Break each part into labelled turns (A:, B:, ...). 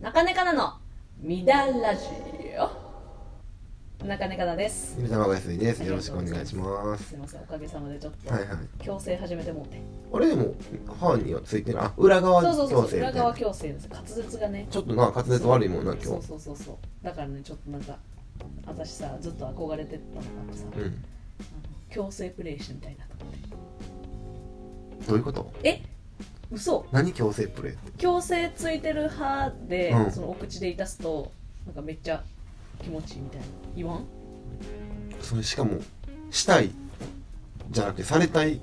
A: 中根かなのみだラジオ中根かなです
B: 皆様が安いです。よろしくお願いします。
A: すいませんおかげさまでちょっ
B: はいはい。
A: と矯正始めてもうて
B: あれでも、歯にはついてる。あ、裏側
A: そうそうそう
B: 矯正みた
A: 裏
B: いな
A: 側。矯正です滑舌がね
B: ちょっとな、滑舌悪いもんな、今
A: そう
B: 日。
A: そうそうそうだからねちょっとなんか私さずっと憧れてたのがさ、あ
B: うん。
A: の矯正プレイしてみたいなと思って
B: どういうこと
A: え嘘
B: 何矯正プレイって。
A: 矯正ついてる歯で、
B: うん
A: そのお口でいたすとなんかめっちゃ気持ちいいみたいな言わん
B: それしかも、したい、じゃなくて、されたい、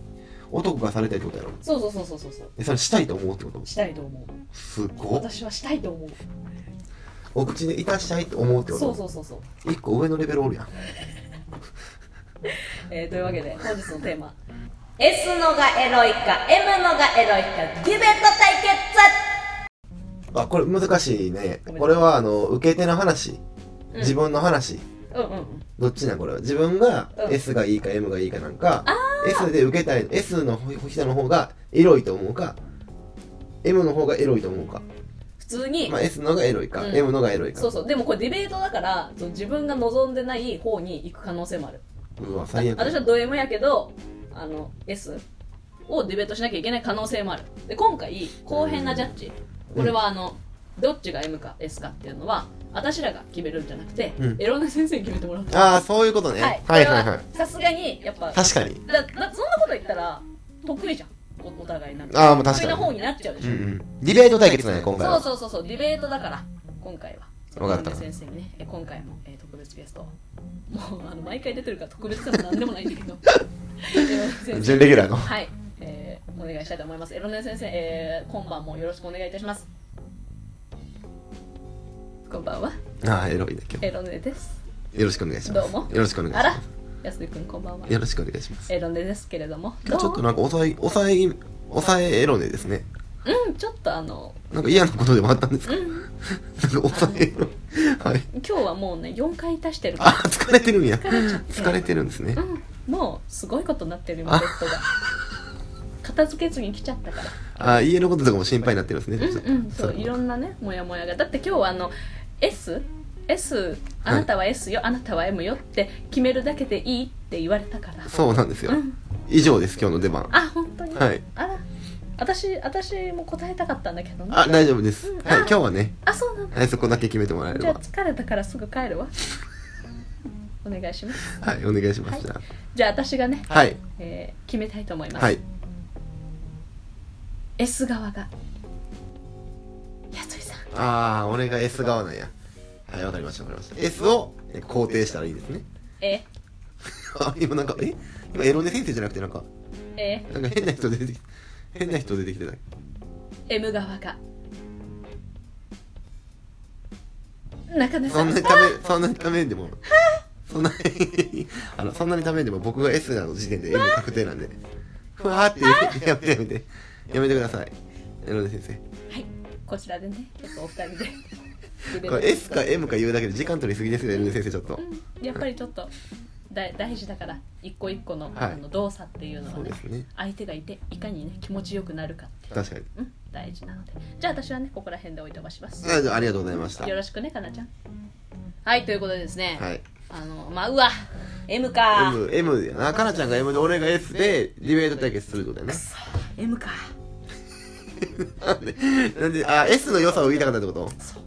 B: 男がされたいってことやろ。
A: そうそうそうそうそうそう
B: え、それしたいと思うってこと
A: したいと思う
B: すごっ。
A: 私はしたいと思う
B: お口でいたしたいと思うってこと
A: そうそうそうそう、
B: 一個上のレベルおるやん。
A: えーというわけで本日のテーマ S のがエロいか M のがエロいかディベート対決
B: あ、これ難しいね
A: ごめん。なさい
B: これは、あの、受け手の話。
A: うん
B: 自分の話。
A: うんうんうん
B: どっちなんこれは自分が
A: うん
B: S がいいか M がいいかなんか、S で受けたい S の人の方がエロいと思うか M の方がエロいと思うか、
A: 普通に、
B: まあ、S のがエロいか、
A: うん
B: M のがエロいか
A: そうそうでもこれディベートだからその自分が望んでない方に行く可能性もある
B: うわ最悪
A: 私はド M やけどあの S をディベートしなきゃいけない可能性もあるで今回公平なジャッジこれはあのどっちが M か S かっていうのは私らが決めるんじゃなくて、
B: うん
A: エロな先生に決めてもらう
B: ああそういうことね、
A: はい、
B: はいはいはい
A: これさすがにやっぱだだ
B: 確かに
A: だそんなこと言ったら得意じゃんおお互いなんか
B: ああもう確
A: 得意
B: か
A: な
B: に
A: 方になっちゃうでし
B: う
A: ょ、
B: んうんディベート対決なんや今回
A: そう
B: は
A: そうそうそうディベートだから今回は
B: わかった
A: 井上先生にねえ今回も、えー特別ゲストもうあの毎回出てるから特別でも何でもないんだけど井上先生
B: 準レギュラーの
A: はい、えーお願いしたいと思いますエロネ先生、えー今晩もよろしくお願いいたしますこんばんは
B: ああエロいね今
A: エロネです
B: 日よろしくお願いします
A: どうも
B: よろしくお願いし
A: あら
B: ま
A: 安井くんこんばんは
B: すよろしくお願いします
A: エロネですけれども
B: 今日ちょっと
A: ど
B: なんか抑え抑え抑えエロねですね
A: ううんちょっとあの
B: なんか嫌なことでもあったんですか、
A: うん
B: なんか抑えエロはい
A: 今日はもうね4回足してるから
B: あ疲れてるんや
A: れちゃって
B: 疲れてるんですね
A: うん、もうすごいことになってる今ベッドが片付けずに来ちゃったから
B: あ家のこととかも心配になってるんですね
A: うんうんそうい
B: 色
A: ろんなねモヤモヤがだって今日はあの SS あなたは S よ、あなたは M よって決めるだけでいいって言われたから
B: そうなんですよ、
A: うん
B: 以上です今日の出番
A: あ本当に、
B: はい
A: あら私私も答えたかったんだけどね
B: あ大丈夫です、
A: うん
B: はい
A: あ
B: 今日はね、
A: あそうなんだ
B: はい、そこだけ決めてもらえれ
A: じゃあ
B: ば
A: 疲れたからすぐ帰るわお願いします
B: はいお願いします、
A: はい
B: じゃ
A: じゃあ私がね、
B: あはい
A: えー決めたいと思います、
B: はい
A: S 側が安井さん
B: ああ俺が S 側なんやはいわかりましたわかりました S をえ肯定したらいいですね
A: A
B: あ今なんかえ今エロネ先生じゃなくてなんか
A: A
B: なんか変な人出てきて変な人出てきてた
A: M 側が中根
B: そ
A: さ
B: ん
A: ん
B: なにためそんなにためんでもそんなにあのそんなにためんでも僕が S なの時点で M 確定なんでふわーってやめてやめてやめてくださいエロネ先生
A: はいこちらでねちょっとお二人でディ ベー
B: こ
A: ト
B: れ S か M か言うだけで時間取りすぎですよエロネ先生ちょっと
A: うんやっぱりちょっとだ大事だから一個一個の,、
B: はい
A: あの動作っていうのは
B: そう
A: ね
B: ですね
A: 相手がいていかにね気持ちよくなるかって
B: 確かに
A: うん大事なのでじゃあ私はねここら辺で置いておばします
B: あじゃあありがとうございました
A: よろしくねかなちゃんはいということでですね、
B: はい
A: あのまあうわ M か
B: M, M やなかなちゃんが M で俺が S でディベート対決するってことだよね
A: M か
B: なんで なんであ S の良さを言いたかったってこと
A: そう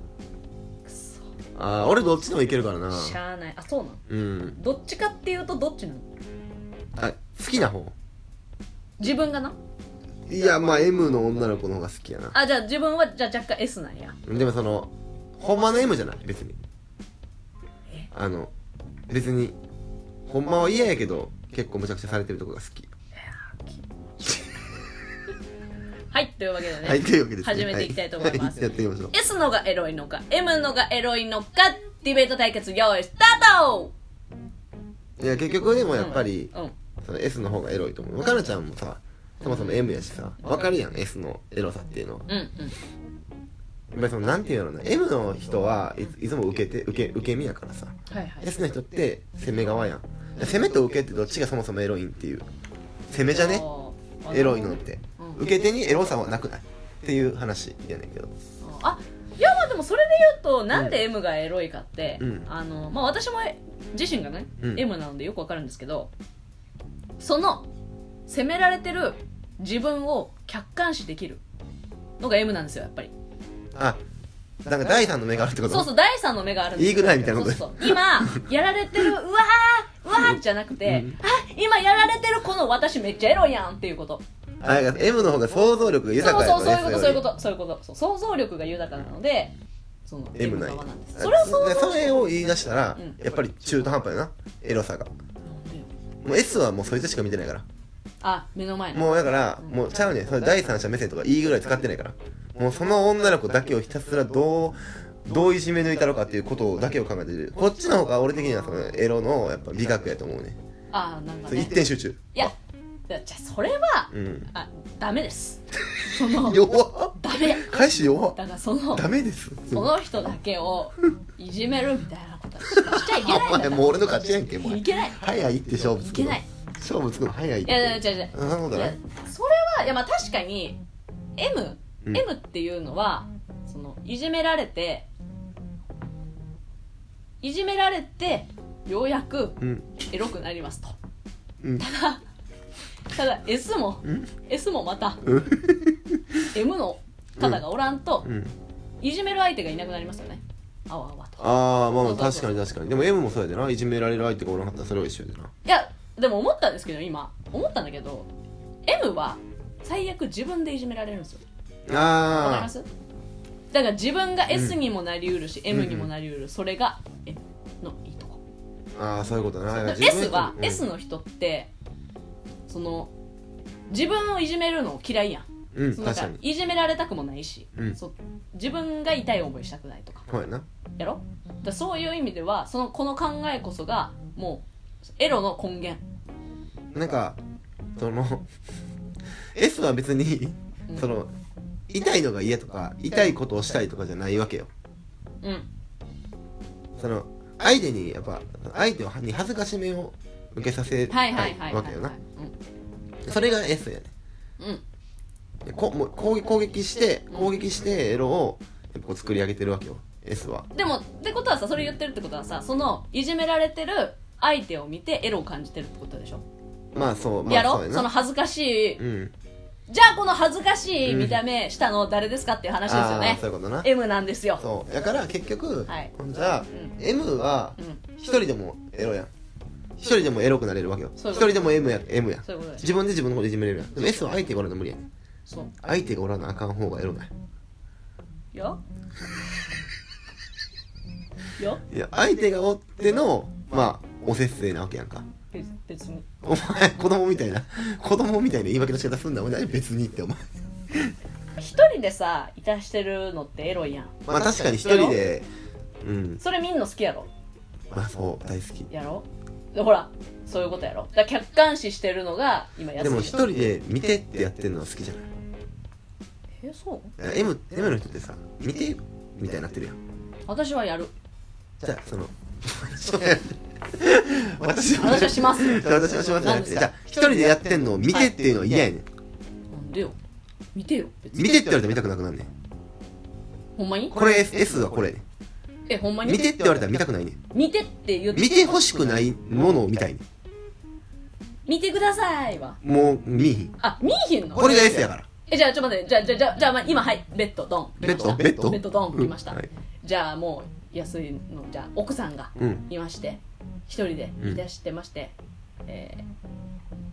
A: くそ
B: あ俺どっちでもいけるからな
A: しゃあないあそうなの
B: うん
A: どっちかっていうとどっちなの
B: あ好きな方
A: 自分がない
B: やまあ M の女の子の方が好きやな
A: あじゃあ自分はじゃあ若干 S なんや
B: でもそのほんまの M じゃない別に
A: え
B: あの別にほんまは嫌やけど結構むちゃくちゃされてるとこが好き
A: はいというわけでね、
B: はいというわけですね、
A: 始めていきたいと思います
B: はやってみましょう
A: S のがエロいのか M のがエロいのかディベート対決用意スタート
B: いや結局でもやっぱり、
A: うん、うん
B: その S の方がエロいと思うかなちゃんもさそもそも M やしさわかるやん S のエロさっていうのは
A: うん
B: やっぱりそのなんていうのね M の人はいついつも受けて受け受け身やからさ
A: はいはい
B: S の人って攻め側やん攻めと受けってどっちがそもそもエロいんっていう攻めじゃね
A: あー
B: エロいのって
A: うん
B: 受け手にエロさはなくないっていう話やねんけど
A: あいやまあでもそれでうとなんで M がエロいかって、
B: うん
A: あのまあ、私も自身がね、
B: うん
A: M なのでよくわかるんですけどその責められてる自分を客観視できるのが M なんですよやっぱり
B: あなんか第三の目があるってこと
A: そうそう第三の目があるんですよ
B: いいぐらいみたいなこと
A: そうそう今やられてる うわーうわーじゃなくて、
B: うん
A: あ今やられてるこの私めっちゃエロいやんっていうこと
B: あなんか M の方が想像力が豊かや
A: そう
B: と
A: そうそういうことそういう
B: S より
A: ことそういうことそう想像力が豊かなのでその
B: M ない
A: 側なんですそれはそう
B: でそれを言い出したら、
A: うん
B: やっぱり中途半端やなエロさがもう S はもうそいつしか見てないから
A: あ目の前の
B: もうだからもうちゃうねんそれ第三者目線とかいいぐらい使ってないからもうその女の子だけをひたすらどうどういじめ抜いたのかっていうことだけを考えてるこっちの方が俺的にはそのエロのやっぱ美学やと思うね
A: あなんか
B: それ
A: ね
B: 一点集中
A: いやじゃあそれは
B: うん
A: あダメです その
B: 弱っ
A: ダメ
B: 返し弱っ
A: だからその
B: ダメです
A: その人だけをいじめるみたいなことはしちゃいけないん
B: お
A: だか
B: 前もう俺の勝ちやんけお
A: らい
B: 前
A: けない
B: 早いって勝負
A: い
B: つく
A: け
B: の
A: ない
B: 勝負つくの早いっ
A: いやいや違
B: て
A: う違う
B: そんなこと
A: い
B: な
A: や
B: い
A: それはいやまあ確かに M、
B: うん
A: M っていうのはそのいじめられていじめられてようやく
B: うん
A: エロくなりますと
B: うん
A: ただ S も
B: うん
A: S もまた
B: うん
A: M の方がおらんと
B: うん
A: いじめる相手がいなくなりますよねあわあわと
B: ああま
A: そ
B: あ
A: うそうそう
B: 確かに確かにでも M もそうやでないじめられる相手がおらんかったらそれは一緒やでない
A: やでも思ったんですけど今思ったんだけど M は最悪自分でいじめられるんですよわかり
B: あ
A: ますだから自分が S にもなりうるし、M にもなりうるそれが M のいいとこ、
B: あああそういうことな
A: だから S は、S の人ってその自分をいじめるの嫌いやん
B: うんうん
A: そのなん
B: 確
A: か
B: かに
A: いじめられたくもないし、
B: うん
A: そ自分が痛い思いしたくないとか
B: そうやな
A: やろだからそういう意味ではそのこの考えこそがもうエロの根源
B: なんかその S は別に
A: うん
B: その痛いのが嫌とか痛いことをしたいとかじゃないわけよ
A: うん
B: その相手にやっぱ相手をに恥ずかしめを受けさせた
A: はいはいいはいはい
B: わ
A: は
B: け
A: い
B: よなそれが S やね
A: うんうん
B: でこもう攻撃攻撃して攻撃してエロをやっぱこう作り上げてるわけよ S は
A: でもってことはさそれ言ってるってことはさそのいじめられてる相手を見てエロを感じてるってことでしょ、
B: まあそうまあ
A: やろ
B: う
A: その恥ずかしい、
B: うん
A: じゃあこの恥ずかしい見た目したの誰ですかっていう話ですよ
B: あ
A: ね
B: ー、そういうことな
A: M なんですよ
B: そうだから結局、
A: はい
B: ほんじゃあ、
A: う
B: M は
A: うん
B: 一人でもエロやん一人でもエロくなれるわけよ
A: そうい
B: 一
A: うこと
B: 人でも M や M や
A: そういうことです
B: 自分で自分のこといじめれるやんでも S は相手がおらんと無理やん
A: そう
B: 相手がおらんのあかん方がエロない
A: よよ
B: いや相手がおってのまあお節制なわけやんか
A: 別別に
B: お前子供みたいな子供みたいな言い訳の仕方すんなお前何別にってお前
A: 一人でさいたしてるのってエロいやん
B: まあ確かに一人でうん
A: それみんな好きやろ
B: まあそう大好き
A: やろでほらそういうことやろだから客観視してるのが今や
B: でも一人で見てってやってるのは好きじゃない
A: えそう
B: いや M, M の人ってさ見てみたいになってるやん
A: 私はやる
B: じゃあその 私は
A: 私はします
B: じゃあ私はしますじゃな
A: 何
B: くて
A: ですか
B: じゃあ一人でやってんのを見てっていうのは嫌やねん
A: なんでよ見てよ別に
B: 見てって言われたら見たくなくなんねん
A: ほんまに
B: これ S, S はこれやね
A: えほんま
B: ん
A: に
B: 見てって言われたら見たくないねん
A: 見てって言って
B: 見てほしくないものを見たいね
A: 見てくださいは
B: んもう見いひん
A: あ見えひんの
B: これが S やから
A: えじゃあちょっと待ってじゃあじゃあじゃあじゃあ、まあ、今はいベッドドン
B: ベッド
A: 来ま
B: ベ
A: し
B: ッ
A: た
B: ド
A: ベッドドン来ました、
B: うんはい
A: じゃあもう安いのじゃあ奥さんが
B: うん
A: いまして一人で
B: うん
A: いらしてまして、え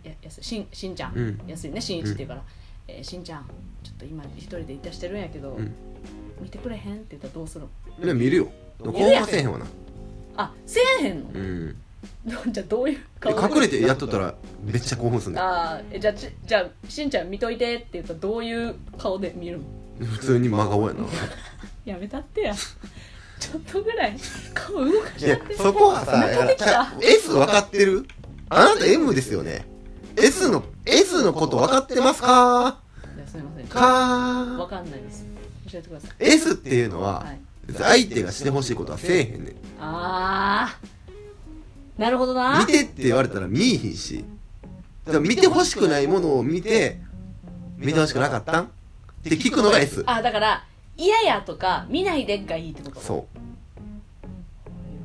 A: ーや安いしんしんちゃん、
B: うん
A: 安いねしんいちっていうから、えーしんちゃんちょっと今一人でいたしてるんやけど、
B: うん
A: 見てくれへんって言ったらどうするの
B: でも見るよ興奮はせえへんわな
A: あせえへんの
B: う、ん
A: じゃあどういう顔で
B: 隠れてやっとったらめっちゃ興奮すんだ
A: あーえじゃあちじゃあしんちゃん見といてって言ったらどういう顔で見るの
B: 普通に真顔やな
A: やめたって やちょっとぐらい顔動かし
B: い
A: た
B: や
A: って、
B: そこはさ、
A: またできた
B: S 分かってるあなた M ですよね。S の、S のこと分かってますか
A: いやすいませんわ
B: か
A: かんないです教えてください
B: ?S っていうのは
A: はい、
B: 相手がしてほしいことはせえへんねん。
A: あーなるほどな
B: 見てって言われたら見いひんし。でも見てほしくないものを見て、見てほしくなかったんって聞くのが S。
A: あだから嫌やとか見ないでがいいってこと
B: そう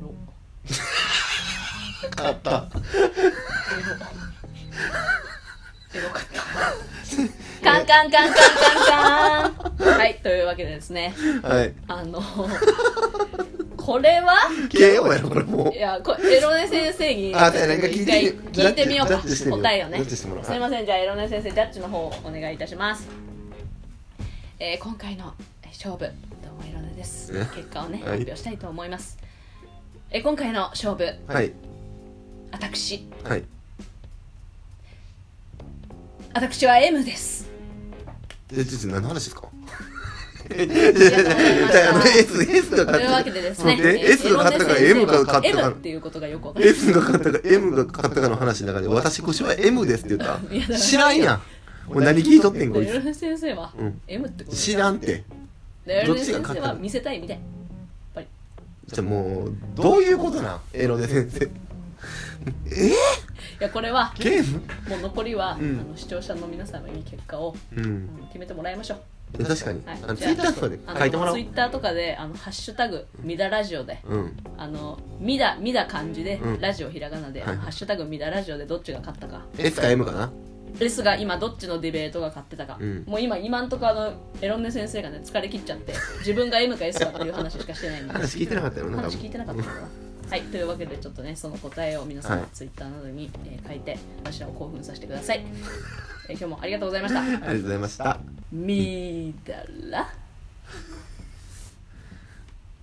A: エロ
B: あった
A: エロかったカンカンカンカンカンカンはいというわけでですね
B: はい
A: あのこれは
B: KO やろこれもう
A: いやこエロネ先生に
B: あそうやなんか聞い
A: 一
B: て
A: 回
B: ジャ
A: 聞
B: ッ
A: い
B: ジ
A: てみようか
B: ジャッジしてみよう
A: 答えをね
B: ジャッジしてもらおう
A: すいませんじゃあエロネ先生ジャッジの方をお願いいたします、えー今回のえー勝負どうもエロネです
B: ね
A: 結果をね
B: は
A: 発
B: い
A: 表したいと思います、えー今回の勝負
B: はい
A: 私
B: はい
A: 私は M です
B: えちょちょ何の話ですか
A: りがとうございました
B: えあの S, S が
A: と
B: 勝
A: い
B: っ
A: うわけ
B: た
A: でですね
B: え S が勝ったか
A: エロネ
B: M
A: 先生は
B: が勝った
A: M っ
B: か
A: ていうことがよくわかんない
B: S が勝ったか M が勝ったかの話の中で私腰は M ですって言っ
A: いやだか
B: た
A: ら
B: 知らんやんもう何聞いとってんこい
A: エロ
B: つ
A: ネ先生は
B: うん
A: M ってこと
B: 知らんって
A: エロネ先
B: どっちが勝
A: 生
B: った
A: は
B: の
A: 見せたいみたい
B: じゃあもうどういうことなんエロで先生
A: いやこれは
B: ゲーム
A: もう残りは、
B: うん
A: あの視聴者の皆様に結果を、
B: うん
A: うん決めてもらいましょう
B: いや確かに、
A: はい
B: あの
A: じ
B: ツ
A: ゃ
B: イ
A: あ
B: ッターとかで
A: あの
B: 書いてもらおう
A: ツイッターとかで「あのハッシュタグみだラジオで」
B: うん
A: あのみだみだ漢字で、
B: うん
A: ラジオひらがなで、
B: はい
A: ハッシュタグみだラジオでどっちが勝ったか
B: S か M かな
A: ですが今どっちのディベートが勝ってたか、
B: うん
A: もう今今んとこあのエロンネ先生がね疲れ切っちゃって自分が M か S かっていう話しかしてないんで
B: 話聞いてなかったよな多
A: 話
B: 分
A: 聞いてなかったのかなはいというわけでちょっとねその答えを皆さん
B: はい
A: ツイッターなどに、えー書いて私らを興奮させ てください、えー今日もありがとうございました
B: ありがとうございました
A: みだら